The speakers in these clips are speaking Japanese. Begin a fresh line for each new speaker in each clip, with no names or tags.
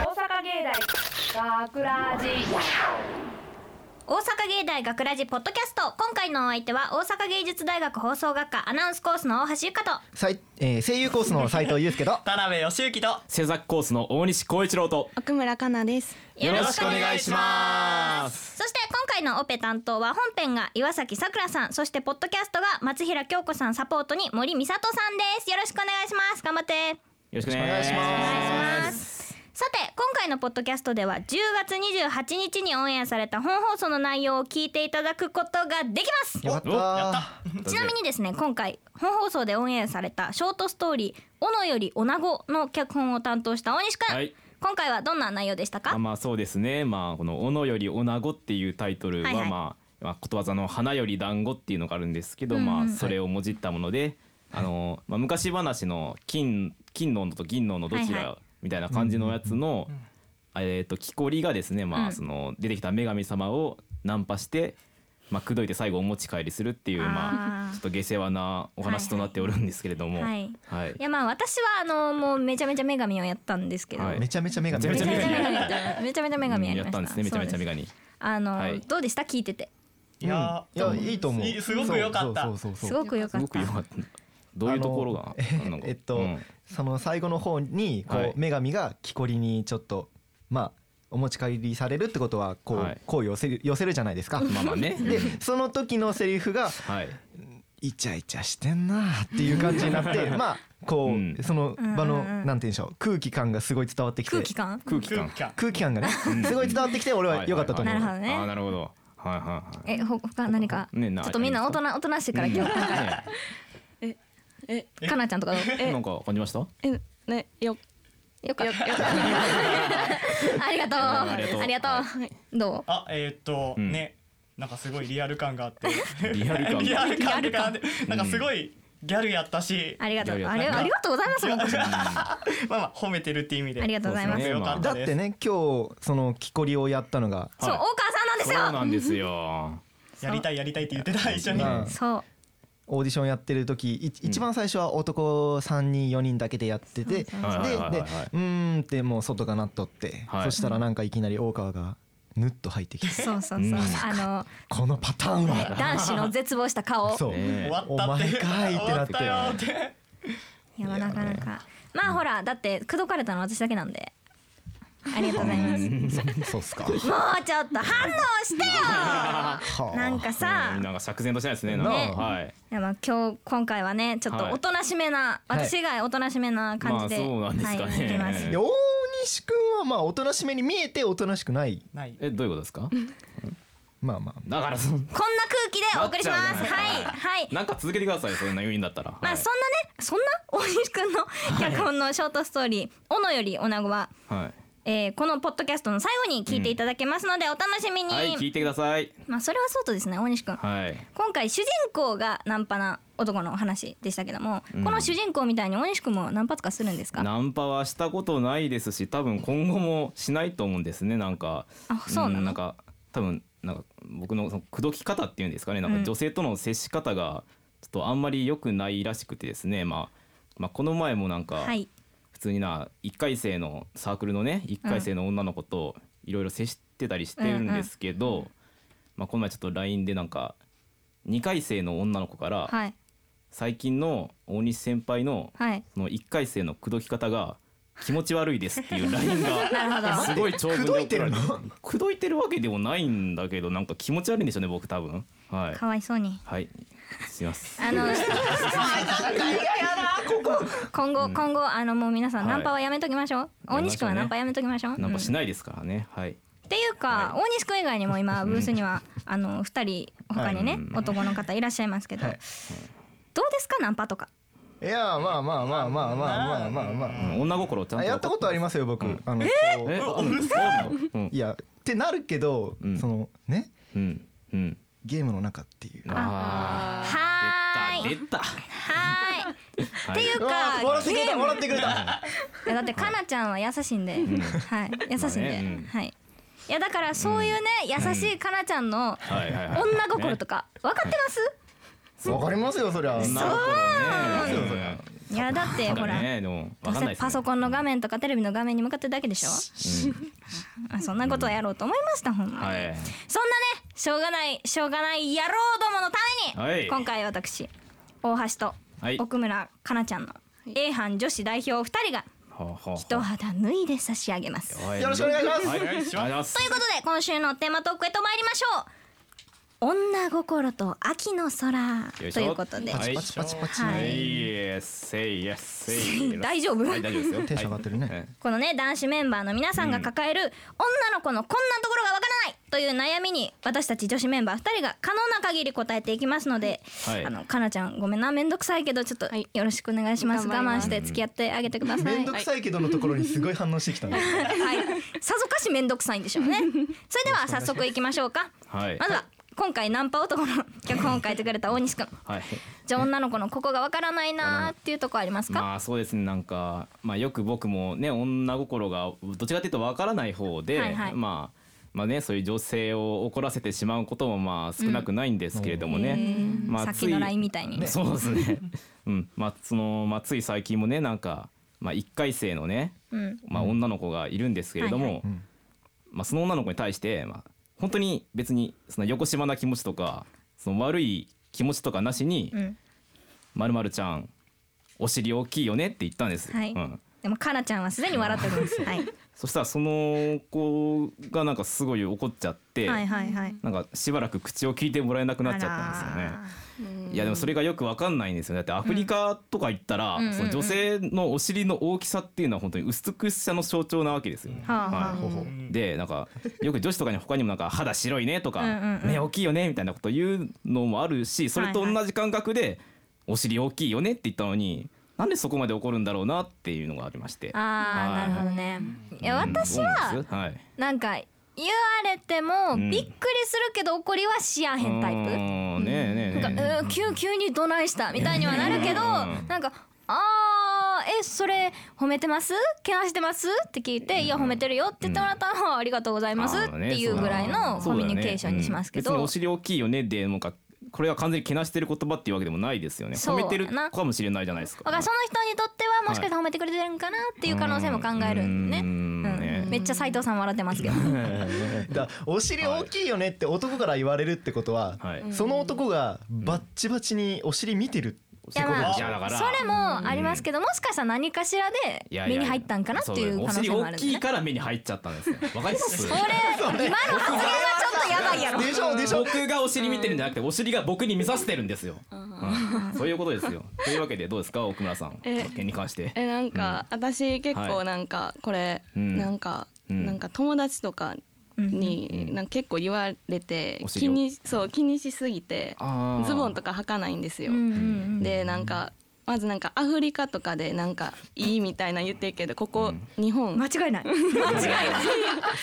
大学ラジ
大阪芸大学ラジポッドキャスト今回のお相手は大阪芸術大学放送学科アナウンスコースの大橋ゆかと
さい、えー、声優コースの斉藤祐介と
田辺義行と
制作コースの大西光一郎と
奥村かなです。
よろしくお願いします
そして今回のオペ担当は本編が岩崎さくらさんそしてポッドキャストが松平京子さんサポートに森美里さんですよろしくお願いします頑張って
よろしくお
願いし
ま
ます
すさて今回のポッドキャストでは10月28日にオンエアされた本放送の内容を聞いていただくことができます
やった
おやった
ちなみにですね今回本放送でオンエアされたショートストーリー「斧より女子」の脚本を担当した大西くん、
はい
今回はどんな内容でした
あ
か
まあそうですねまあこの「斧より女子」っていうタイトルは
はいはい
まあまあことわざの「花より団子」っていうのがあるんですけど
うんうん
まあそれをもじったものであのまあ昔話の金金の斧と銀の斧どち
はいは
らみたいな感じのやつのえっと木こりがですねま
うん
あその出てきた女神様をナンパしてまあ口説いて最後お持ち帰りするっていうま
あー
あちょっと下世話なお話となっておるんですけれども
はい
はい
いやまあ私はあのもうめちゃめちゃ女神をやったんですけど、
はい
めちゃめちゃ目が
め
めち
ち
ゃ
ゃ
め
め
ち
ち
ゃ
ゃ
女
女
神め ちゃめちゃ女神やり
や
ました
っ
た
んですねめちゃめちゃ
そ
女
うです
神。
あの、
はい
どうでした聞いてて
いや
いやいいと思
いいうすごく良かった
そうそうそう
す
そう
ごく良
す
かっ
ごく
た
良かった。どういうところが
あの
あんのか
えっと
うん
その最後の方にこう、
はい
女神が木こりにちょっとまあお持ち帰りされるってことはこう、
はい
好意を寄せる寄せるじゃないですか。
まあまあね。
でその時のセリフが
はい。
イチャイチャしてんなーっていう感じになって まあこう、
うん
その場
う
の
んうんうん
なんて言うんでしょう空気感がすごい伝わってきて
空気感
空気感。
感
空気感がね
うん
すごい伝わってきて俺は良かったと思う。
なるほどね
あーなるほど。はいはいはい。
えほ他何か、
ね
ちょ
な
っとみんな大人大人してから今日、
え、
かなちゃんとかどう
ねなんか感じました？
え、ね、よ、
よかっ
よ、よ
た ありがとう
ありがとう
ありがとう、
はい
どう
あえーっと、
うん
ねなんかすごいリアル感があって
リアル感
リアル感があって
ん
なんかすごいギャルやったし、
ありがとう
いや
あ
い
れ
や
ありがとうございます本当に
まあまあ褒めてるって意味で
ありがとうございます
ごく良か
だ
た
っ
です
てね今日その木こりをやったのが
そう大
は
川さんなんで
そ
す
う
よ
なんですよ。
やりたいやりたいって言ってた一緒に、
うん
そう
オーディションやってる時い一番最初は男3人4人だけでやっててでで
そう
う
そう
そうはいはいはいはい
ーんってもう外がなっとって、
はい
そしたらなんかいきなり大川がぬっと入ってきて
そうそうそう、
うん
あ
このパターン
の
は
男子の絶望した顔
そう、
ね
終わったって
お前かいってなって
終わったよって
いやまあなかなかまあほらだって口説かれたの私だけなん でありがとうございますも
そうっすか
うちょっと反応 して
は
よ
あ
なんかさ
なんか釈然としないですね。なん
ね
かはい。
いやまあ今日今回はねちょっと
はい
おとなしめな、
はい
私以外おとなしめな感じで、
まあそうなんですかね
はい行きます
いや大西君はまあおとなしめに見えておとなしくない
ない
えどういうことですか？
まあまあ
だからその
こんな空気でお送りします
なっちゃうじゃ
は
ないいですか
はい
なんか続けてください。そんな余韻だったら。
ま
は
あ
い
そんなねそんな大西くんの脚本のショートストーリー「斧より女子は」
は
えーこのポッドキャストの最後に聞いていただけますので、お楽しみ
い。
に、
はい聞いてください。
まあそれはそうとですね大西くん、
はい。
今回主人公がナンパな男のお話でしたけども、
うん
この主人公みたいに大西くんもナンパとかするんですか
ナンパはしたことないですし多分今後もしないと思うんですねなんか
あそうなの
んなんか多分なんか僕のその口説き方っていうんですかねなんか
うん
女性との接し方がちょっとあんまり良くないらしくてですね、まあ、まあこの前もなんか
はい
普通にな1回生のサークルのね1回生の女の子といろいろ接してたりしてるんですけど、まあ、この前ちょっと LINE でなんか2回生の女の子から
はい
最近の大西先輩の
はい
その1回生の口説き方が気持ち悪いですっ ていうライン
なるほど
がすごい長文で送られ
口説いてるの
口説いてるわけでもないんだけどなんか気持ち悪いんでしょうね僕多分はい
かわいそうに
はいすいません
あの 今後今後あのもう皆さん
はい
ナンパはやめときましょう、
やめ
大
ましょうね
西くんはナンパやめときましょう
ナンパし
うんっ
ないですからねはい
ていうか、大西くん以外にも今ブースにはあの二人他にね、
はいうん
男の方いらっしゃいますけど、
はい
どうですかナンパとか
いやまあまあまあまあまあまあまあまあ、
うん女心をちゃん
あ
と
やったことありますよ僕、
うん
あのこう
えあうんそう うん
いやってなるけど、
うん
そのね
うんうん
ゲームの中っていう
あ
は
ー
ー
出
い
た
はーいっていううか
わあ笑ってくれ
ゲー
た
ム
笑ってくれた
いやだってかなちゃんは優しいんで、
ん
はい優しいんで、
まあねうん
はいいやだからそういうね、優しいかなちゃんの
はいはいはい
女心とか、分かってます、
わかりますよそりゃ
女心ね
そう
いやだって
そ
ほ
うだ
ら、
ねでもわかんないです、ね、
パソコンの画面とかテレビの画面に向かってるだけでしょあそんなことをやろうと思いました、ほん
う
ま
ん、
に、
はい
そんなねしょうがないしょうがない野郎どものために、
はい
今回私大橋
はい
と奥村かなちゃんの A 班女子代表2人が
はあはあはあ
一肌脱いで差し上げます。というこ
は
よろしくお願いします
はいお願いします
とで今週のテーマトークへと参りましょう女心と秋の空
よいし
と
ょ
いうことで、
パ
は
チ
い
パチパチパチ
は
はいい、せいやせい や
大丈夫
はい、大丈夫ですよ。
テンション上がってるね
はい
このね男子メンバーの皆さんが抱える、女の子のこんなところがわからないという悩みに私たち女子メンバー2人が可能な限り答えていきますので、
はい
あのかなちゃんごめんなめんどくさいけどちょっと
はい
よろしくお願いします,、
頑張
我
りま
慢
す
して付き合ってあげてくださ
め
い
んどくさいけどのところにすごい反応してきたね
はい、さぞかしめんどくさいんでしょうねそれでは早速いきましょうか
はい
まずは今回ナンパ男の脚本を書いてくれた大西くん
はい。
じゃあ女の子のここがわからないなーっていうとこありますか、
まあそうですねなんかまあよく僕もね女心がどっちかっていうとわからない方で、
はいはい
まあまあねそういう女性を怒らせてしまうこともまあ少なくないんですけれどもね、
うん
まあ
さっきの LINE みたいに、
そうですね。うん、まあそのまあつい最近もねなんかまあ一回生のね、
うん
まあ女の子がいるんですけれども、
はいは
うん
まあその女の子に対してまあ本当に別にその横島な気持ちとかその悪い気持ちとかなしに
うん、
まるまるちゃんお尻大きいよねって言ったんですよ。
はい
うん
でもかなちゃんはすでに笑ってるん ですはい
そしたらその子がなんかすごい怒っちゃって、
はいはいはい。
なんかしばらく口を聞いてもらえなくなっちゃったんですよね。いやでもそれがよくわかんないんですよねだってアフリカとか行ったら、
うん
その女性のお尻の大きさっていうのは本当に美しさの象徴なわけですよね。
はあはあ
い
ほうほう
でなんかよく女子とかに他にもなんか肌白いねとか
うんうんうん
目大きいよねみたいなこと言うのもあるしそれと同じ感覚でお尻大きいよねって言ったのになんでそこまで怒るんだろうなっていうのがありまして。
ああ
はい
なるほどね。いや
うん
私
そう
は
なんです
なんか言われても
うん
びっくりするけど怒りはしや
はい、
へんタイ
うー
プ。
んねえね
な
え
ん
ね
か
え
うー急急にどないしたみたいにはなるけど
うん
なんかあーえそれ褒めてますけなしてますって聞いていや褒めてるよって言ってもらったのはありがとうございますっ
あーね
ていうぐらいのコ
そう
ミ
だ
ュ
ね
ニケーションにしますけ
うん別に
ど
お。尻大きいよねでなんかこれは完全にけなしてる言葉っていうわけでもないですよね
そう
褒
や
め
な
てるかもしれないじゃないですか
だからその人にとってはもしかしたら褒めてくれてるんかなっていう可能性も考えるんでね。
うーんね
うんめっちゃ斉藤さん笑ってますけど。
だお尻大きいよねって男から言われるってことは、
はい
その男がバッチバチにお尻見てる
いやまあ
いやだから
それもありますけどもしかしたら何かしらで
いやいや
目に入ったんかなっていう可能性もあるんで
お尻大き
ね
いから目に入っちゃったんですよわかりま す
これ今の発言はちょっとやばいやろ
でしょでしょ
僕がお尻見てるんじゃなくてお尻が僕に見させてるんですよ、うんそういうことですよというわけでどうですか奥村さん
え
件に関して
えなんか、私結
は
構
い
なんかこれ、
うん
なんか、
うん
なんか友達とかに、
うん
なんか結構言われて
お尻
気
を
にそう気にしすぎて
あー
ズボンとか履かないんですよ。
うんうん
でなんかまずなんかアフリカとかでなんかいいみたいな言ってるけどここ日
う
本
ん間違いない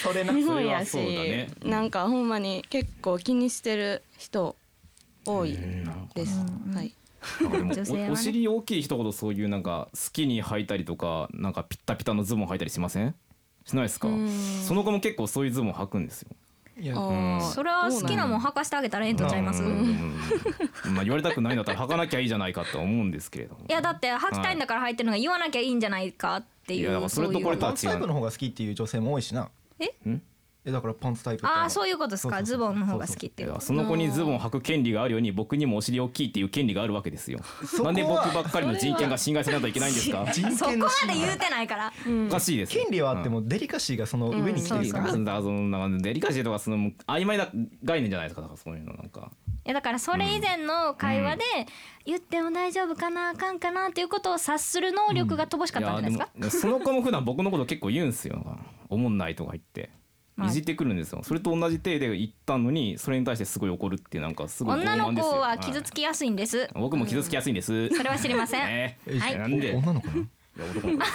それな
日本やし、
それはそうだね
なんかほんまに結構気にしてる人多いです。はい。
なんかでも
女性はね
おお尻大きい人ほどそういうなんかスキニー履いたりとかなんかピッタピタのズボン履いたりしませんしないですか
うん
その子も結構そういうズボン履くんですよ
いや
あー
うん
それは好きなもん履かしてあげたらええんとちゃいます
う
い
んうんうんまあ言われたくないんだったら履かなきゃいいじゃないかとは思うんですけれども
やだって履きたいんだから履いてるのが言わなきゃいいんじゃないかってい
いやだか
う
らそれとこれと
パ
は
ンツタイプの方が好きっていう女性も多いしな
え
ん
えだからパンツタイプ
ああそう
いう
いうことですかズボンの方が好きってい
いうやその子にズボン履く権利があるように僕にもお尻大きいっていう権利があるわけですよ
そこは
なんで僕ばっかりの人権が侵害されなきゃいけないんですか
人
そこ
権
ま
の侵
で言
害
うてないから
おかしいですよ
権利はあってもデリカシーがその上に来て
うん
る
い
か
や
ら、
だからそのなんかデリカシーとかその曖昧な概念じゃないですかだからそういうのなんか
いやだからそれ以前の会話で言っても大丈夫かなあかんかなっていうことを察する能力が乏しかったんじゃないですか
いやでもその子も普段僕のこと結構言うんすよ「おもんない」とか言って。
まあ
いじってくるんですよそれと同じ体で言ったのにそれに対してすごい怒るっていうなんかすごい傲
女の
慢ですよ
子は傷つきやすいんです
はい僕も傷つきやすいんです、
それは知りません
ね
え
はい
なんで
女の子なの
い や男の子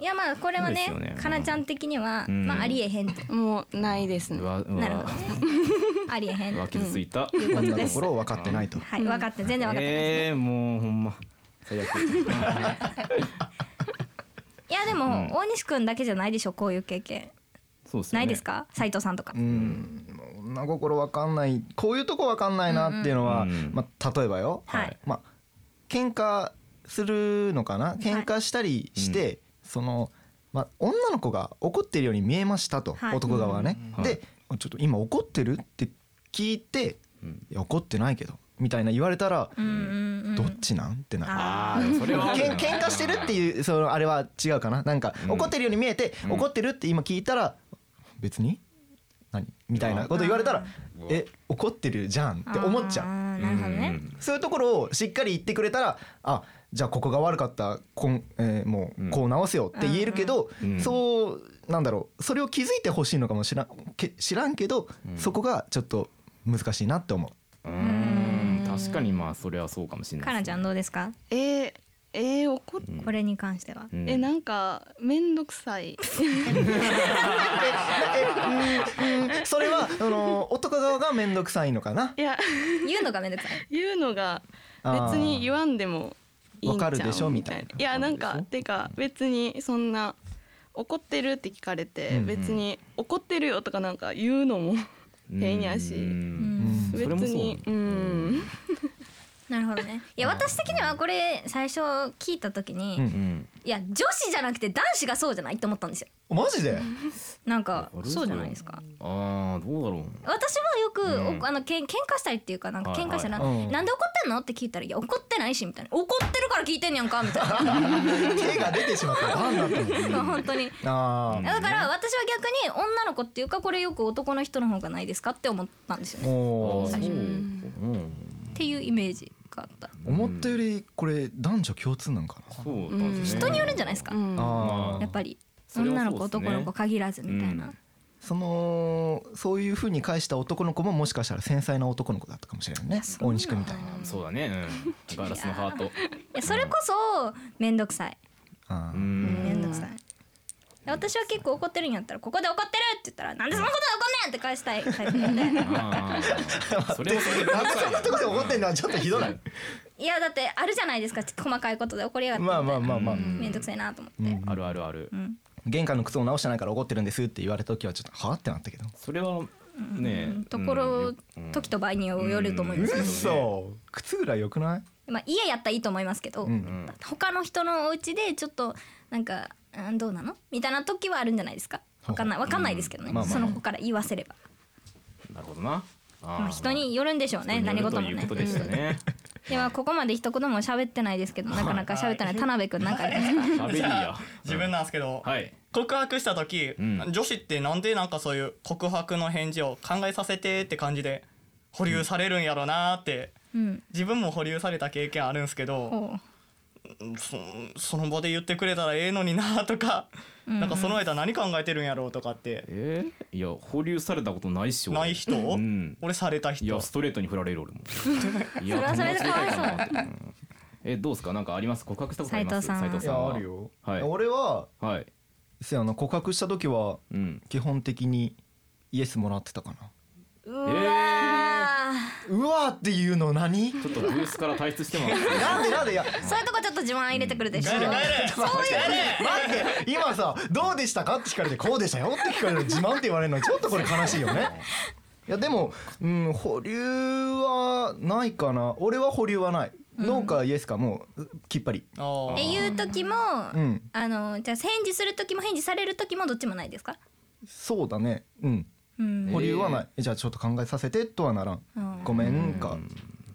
いやまあこれはね
そうですよね
かなちゃん的には、
うん
まあありえへんと
もうないですね
う。わう
なるほ
わ
どね ありえへん
うわ傷ついた、
女の心を分かってないと
はい分かった全然分かってない、
えー、もうほんま最悪
いやでも、
ん
大西くんだけじゃないでしょこういう経験
そうですよね
ないですか斉藤さんとか、
うん女心分かんないこういうとこ分かんないなっていうのは、
うん
まあ、例えばよ、
はい
まあ喧嘩するのかな喧嘩したりして、その、まあ、女の子が怒ってるように見えましたと、
はい
男側はね。
うん
で、ちょっと今怒ってるって聞いて
うん
「いや怒ってないけど」みたいな言われたら
うんうんうん
どっちなんってなる。
あーそれはある
けん
な
喧嘩してるっていうそのあれは違うかななんか
うん
怒ってるように見えて、
うん
怒ってるって今聞いたら別に何みたいなこと言われたら
うん
え怒ってるじゃんって思っちゃ
あ
う
ーなるほど
う
ね。
ん
そういうところをしっかり言ってくれたらあじゃあここが悪かったこん、えーも
うん
うこう直せよって言えるけど、
うん
そうなんだろうそれを気づいてほしいのかもしらんけ知らんけど、
うん
そこがちょっと難しいなって思う。
うーん確かにまあそれはそうかもしれない
カラちゃんどうですか？
えー、えー、怒っ
これに関しては。
うん
えなんかめんどくさい
それはあの男側が面倒くさいのかない
や
言うのがめんどくさい。
言うのが別に言わんでもいいんちゃう
わかるでしょみたいない
やなん
わか
か
る
てか別にそんな怒ってるって聞かれ
うん
て
うん
別に怒ってるよとかなんか言うのも変やし
うん
うん
それ
別
もそう
にうん
なるほどね。いや私的にはこれ最初聞いた時に、
うん
うん
いや女子じゃなくて男子がそうじゃないって思ったんですよ。
マジで
なんか
あれ
そうじゃないですか。
あーどうだろう
私はよく、
うん
おあのけん喧嘩したりっていうかなんか
はい
喧嘩したら、
はいうん
なんで怒ってんのって聞いたらいや怒ってないしみたいな怒ってるから聞いてんやんかみたい
手が出てしまった何なんだった
な本当に
あ
だから私は逆に女の子っていうかこれよく男の人の方がないですかって思ったんですよ
あ
ね
お
あー
ー
最初
そう
っていうイメージがあった
思ったよりこれ男女共通なんか
うんそうだったんですね
人によるんじゃないですか、
うん
なあー
やっぱり
それは
女の子、
そうっすね
男の子限らずみたいな、
うん
そのそういう風に返した男の子ももしかしたら繊細な男の子だったかもしれないね大西君みたいな
そうだね、うん、ガラスのハート
いやそれこそ面倒くさい
あ
う
ー
ん
面倒くさい私は結構怒ってるんやったらここで怒ってるって言ったらなんでそんなことで怒んねんって返したいタイプなんで
あーそれもそれで
なんかそんなとこで怒ってんのはちょっとひどない
いやだってあるじゃないですか細かいことで怒りやがって
まあまあまあまあ
うん
めんどくさいなと思って、
うん
あるあるある、
うん
玄関の靴を直してないから怒ってるんですって言われた時はちょっとはあってなったけど
それはね
うんところ、
うん
時と場合によると思います、
うん
嘘靴ぐらい良くない
まあ、家やったらいいと思いますけど、
うん
うん
他の人のお家でちょっとなんか、うん、どうなのみたいな時はあるんじゃないですかわかんないわかんないですけどね、
うんまあまあ
その子から言わせれば、
なるほどなあー
まあ、人によるんでしょうね、
人に
何
よる
事も
という
ね
ことでした ね、
ではここまで一言も喋ってないですけどなかなか喋ってない田辺君なんかありますか
喋りや
自分なんですけど、
はい
告白した時、
うん
女子ってなんでなんかそういう告白の返事を考えさせてって感じで保留されるんやろなって
うん
自分も保留された経験あるんですけど、
ほ
そその場で言ってくれたらええのになとか、なんかその間何考えてるんやろうとかって
えー、いや保留されたことないっしょ
ない人、
うん
俺された
いや
人
ストレートに振られ る俺もいや
それはそれでかわいそう
友達みたいなうんえどうですかなんかあります告白したことありま
斉藤
す
さん
斉藤
い
さん
や
は
あるよ
はい
俺は
はい
せやな告白した時は
うん
基本的にイエスもらってたかな
ううわー、
うわーっていうの何
ちょっとブースから退出してもらっていいです か
なんでなんでいや
そういうとこちょっと自慢入れてくるでしょ、
帰れ帰れ
待って今さ「どうでしたか?」って聞かれて「こうでしたよ」って聞かれる自慢って言われるのちょっとこれ悲しいよねいやでも、うん、保留はないかな俺は保留はない、ノーかイエスかもうきっぱり
あー
え言う時も、
うん
あのじゃあ返事する時も返事される時もどっちもないですか
そうだねうん
うん
保留はない、じゃあちょっと考えさせてとはならん、
うん
ごめんか、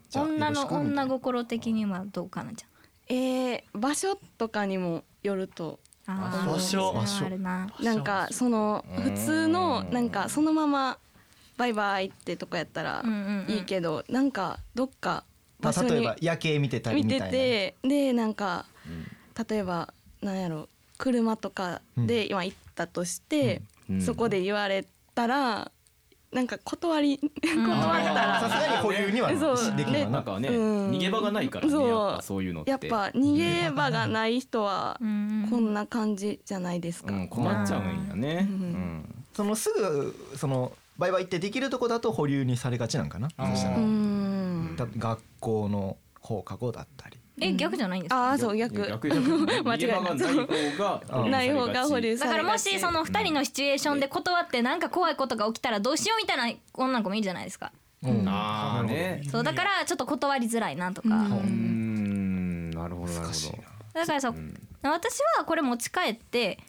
じゃあ
女
よろし
の
くみたい
女
な
心的にはどうかなち
えー、場所とかにもよると
ゃんあー
場所
それはあるな
なんかその
うん
普通のなんかそのままバイバイってとこやったら
うんうんうん
いいけどなんかどっか場所
まあ、例え
に
ば夜景見てたり
見
みたい
て
な
てでなんか例えばなんやろ車とかで今行ったとして
うんうん
そこで言われたらなんか断り断っ
さ
たら
すがに保留には
そう
できない
ね
なん
な
かね、
うん
逃げ場がないからね
そう
やっぱそういうのって
やっぱ逃げ場がない人は
うん
こんな感じじゃないです
う
か
ん、。困っちゃうんやね、う
うん
ん
そのすぐそのバイバイってできるとこだと保留にされがちなんかな
あー
そしたら
う
うん
ん
だ学校の放課後だったり
え逆じゃないんですか
ああそう逆
逆に逃
間違
げ
えた
場がない方が
ない方が保留
だ
さ
か
れ
らも
がち
しその二人のシチュエーションで断ってなんか怖いことが起きたらどうしようみたいな女の子もいいじゃないですか
うん
ああね
そうだからちょっと断りづらいなとか
う
うんなるほどなるほ
難しい
ど
な。
だからさ、私はこれ持ち帰って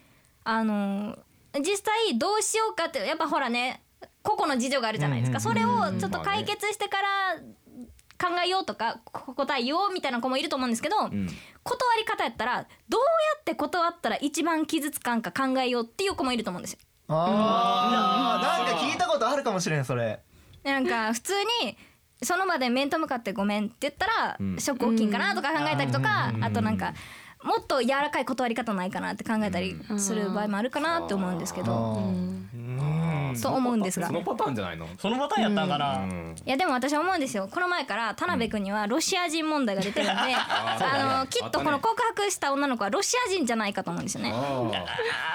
あのー実際どうしようかってやっぱほらね個々の事情があるじゃないですか、
うんう
それをちょっと解決してから考えようとかこ答えようみたいな子もいると思うんですけど、
うん
断り方やったらどうやって断ったら一番傷つかんか考えようっていう子もいると思うんですよ。
あーなんか聞いたことあるかもしれんそれ。
でなんか普通にその場で面と向かって「ごめん」って言ったら
うん
ショック大きいんかなとか考えたりとか、
うん
あとなんかもっと柔らかい断り方ないかなって考えたりする場合もあるかなって思うんですけ
あ
ど、
ー
うん
と思うんですが
そ。のパターンじゃないの。
そのパターンやったんかな、
うん
いやでも私は思うんですよこの前から田辺君にはロシア人問題が出てるんで
ーそうだね
あのきっとこの告白した女の子はロシア人じゃないかと思うんですよね。
あ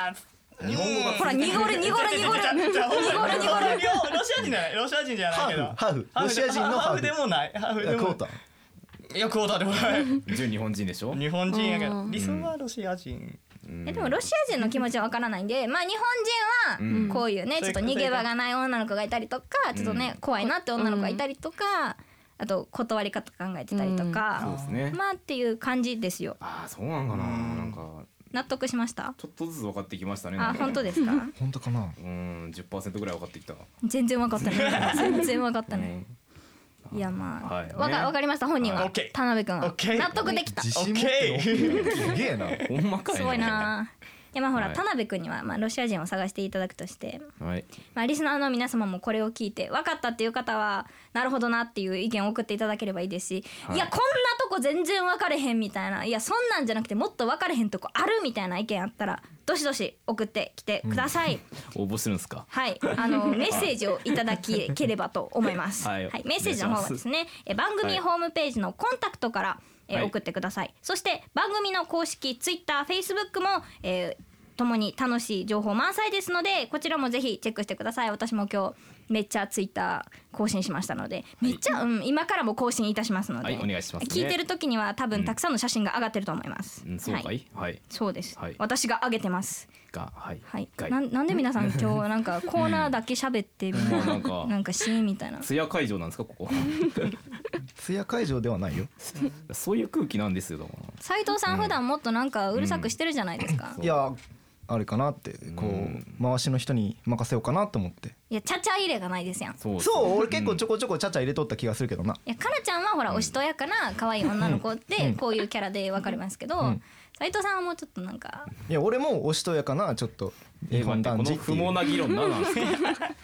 あー
日本語が
ほら濁る濁る濁る
じゃあほんまに
濁る濁る
ロシア人じゃないロシア人じゃないけど
ハーフハーフロシア人のハーフ
でもないハーフで
ク
も
ォータ
ないいやクォーターでもない
ー純日本人でしょ。
日本人やけ
う
ど
ん
理想はロシア人
うん
えでもロシア人の気持ちはわからないんで、まあ日本人はこういうね、
うん
ちょっと逃げ場がない女の子がいたりとか、ちょっとね怖いなって女の子がいたりとか、あと断り方考えてたりと
そう
か
で、すね。
まあっていう感じですよ。
ああそうなんかな。なんか
納得しました。
ちょっとずつ分かってきましたね。
あ本当
で。
ですか。
ー。本当かな。
うん十パーセントぐらい分かってきた。
全然わかったね。全然わかったね。いやまあ、
はい
わ
ね
かわかりました本人は
オッケー
田辺君は
OK
納得できた。
自
す
信持ってよ。
オッ
すげえな。
ほんまかい。
ごい。な。いやまあほら、
はい
田辺君にはまあロシア人を探していただくとして。
はい。
まあ、リスナーの皆様もこれを聞いて分かったっていう方はなるほどなっていう意見を送っていただければいいですし、
はい
い、やこんなとこ全然分かれへんみたいないやそんなんじゃなくてもっと分かれへんとこあるみたいな意見あったらどしどし送ってきてください、
応募するんですか。
はいあ のメッセージをいただければと思います、
はい
メッセージの方はですねえ番組ホームページのコンタクトから、え
はい
送ってくださいそして番組の公式 TwitterFacebook も、えー、共に楽しい情報満載ですのでこちらもぜひチェックしてください私も今日めっちゃ Twitter 更新しましたのでめっちゃ、うん、今からも更新いたしますので、
はいお願いしますね
聞いてる時には多分たくさんの写真が上がってると思います、
うんそうか
はい
い。はい。
そうです、
はい
私が上げてます
がはい。
はい、
が
なんなんで皆 さん今日なんかコーナーだけ喋ってみたい
な
な
んか
なんかシーンみたいな
ツヤ会場なんですかここ。
通夜会場ではないよ。
そういう空気なんですよ。だか
斉藤さん普段もっとなんかうるさくしてるじゃないですか、
そう
いやあれかなってこう回しの人に任せようかなと思って。
いやちゃちゃ入れがないですやんい
らそう。
そう俺結構ちょこちょこちゃちゃ入れとった気がするけどな。
やかなちゃんはほらおしとやかな可愛い女の子でこういうキャラでわかりますけど、斉藤さんはもうちょっとなんか
いや俺もおしとやかなちょっと
え
日
待
本
って
男
こ
児
の
って
不
いう
毛な議論なんなんですか。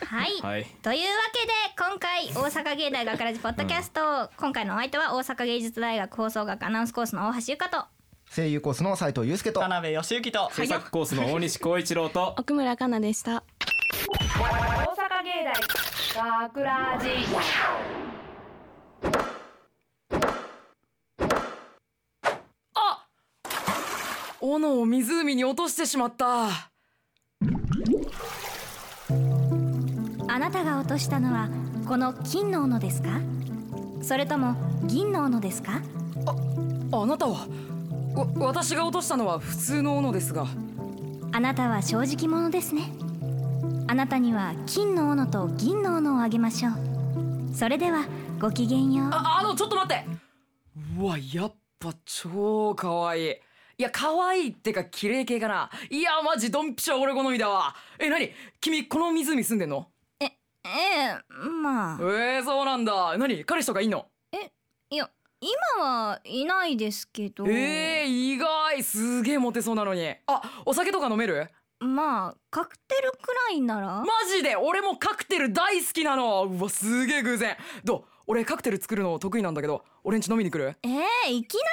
はい、
はい
というわけで今回大阪芸大学ラジポッドキャスト、今回のお相手は大阪芸術大学放送学アナウンスコースの大橋ゆかと
声優コースの斉藤祐介と
田辺義行と
制作コースの大西光一郎と。
奥村かなでした
大阪芸大学ラジ
斧を湖に落としてしまった
あなたが落としたのはこの金の斧ですかそれとも銀の斧ですか
あなたはわ私が落としたのは普通の斧ですが
あなたは正直者ですねあなたには金の斧と銀の斧をあげましょうそれではごきげんよう
ああのちょっと待ってうわやっぱ超可愛いいや可愛いってか綺麗系かないやマジドンピシャ俺好みだわえ何君この湖住んでんの
ええま
えー、そうなんだ何彼氏とかいんの
いや今はいないですけど
えー、意外すげえモテそうなのにあお酒とか飲める
まあカクテルくらいなら
マジで俺もカクテル大好きなのうわすげえ偶然どう俺カクテル作るの得意なんだけど俺んち飲みに来る
ええいきなり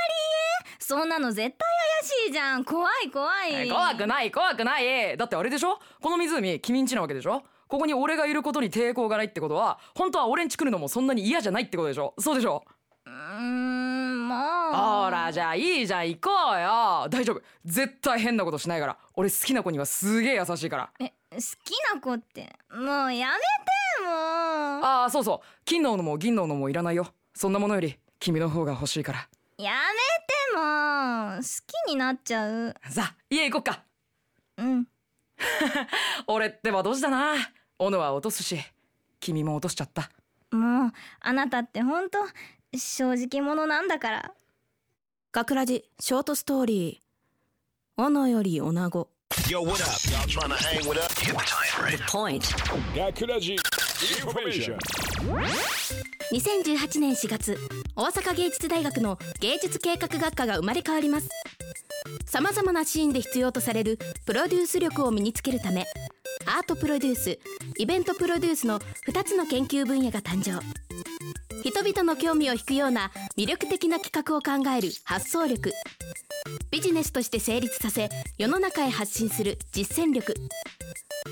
そんなの絶対怪しいじゃん怖い怖い、
えー怖くない怖くないだってあれでしょこの湖君んちなわけでしょここに俺がいることに抵抗がないってことは本当は俺んち来るのもそんなに嫌じゃないってことでしょそうでしょ
うーんまあ
ほらじゃあいいじゃん行こうよ大丈夫絶対変なことしないから俺好きな子にはすげえ優しいから
え好きな子ってもうやめてもう
ああそうそう金の斧も銀の斧もいらないよそんなものより君の方が欲しいから
やめてもう好きになっちゃう
さあ家行こっか
うん
俺ってばドジだな斧は落とすし君も落としちゃった
もうあなたってほんと正直者なんだから
学ラジショートストーリー斧より女子
Yo, what up? Y'all trying to hang with us? Hip time, right?
Point
学ラジ Information
2018年4月大阪芸術大学の芸術計画学科が生まれ変わりますさまざまなシーンで必要とされるプロデュース力を身につけるためアートプロデュースイベントプロデュースの2つの研究分野が誕生人々の興味を引くような魅力的な企画を考える発想力ビジネスとして成立させ世の中へ発信する実践力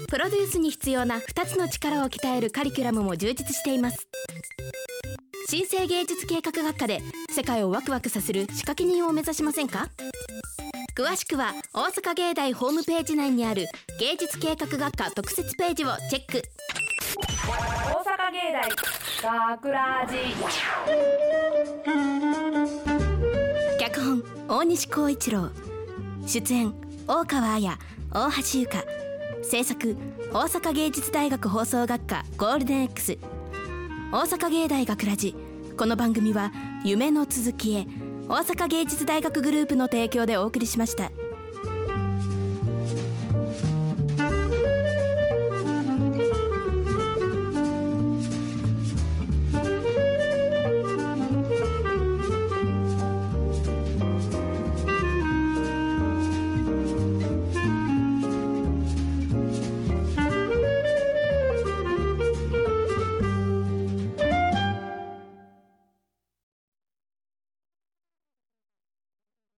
プロデュースに必要な2つの力を鍛えるカリキュラムも充実しています新生芸術計画学科で世界をワクワクさせる仕掛け人を目指しませんか詳しくは大阪芸大ホームページ内にある芸術計画学科特設ページをチェック
大阪芸大学ラジ
脚本大西光一郎出演大川彩大橋ゆか制作大阪芸術大学放送学科ゴールデン X 大阪芸大学ラジこの番組は夢の続きへ大阪芸術大学グループの提供でお送りしました。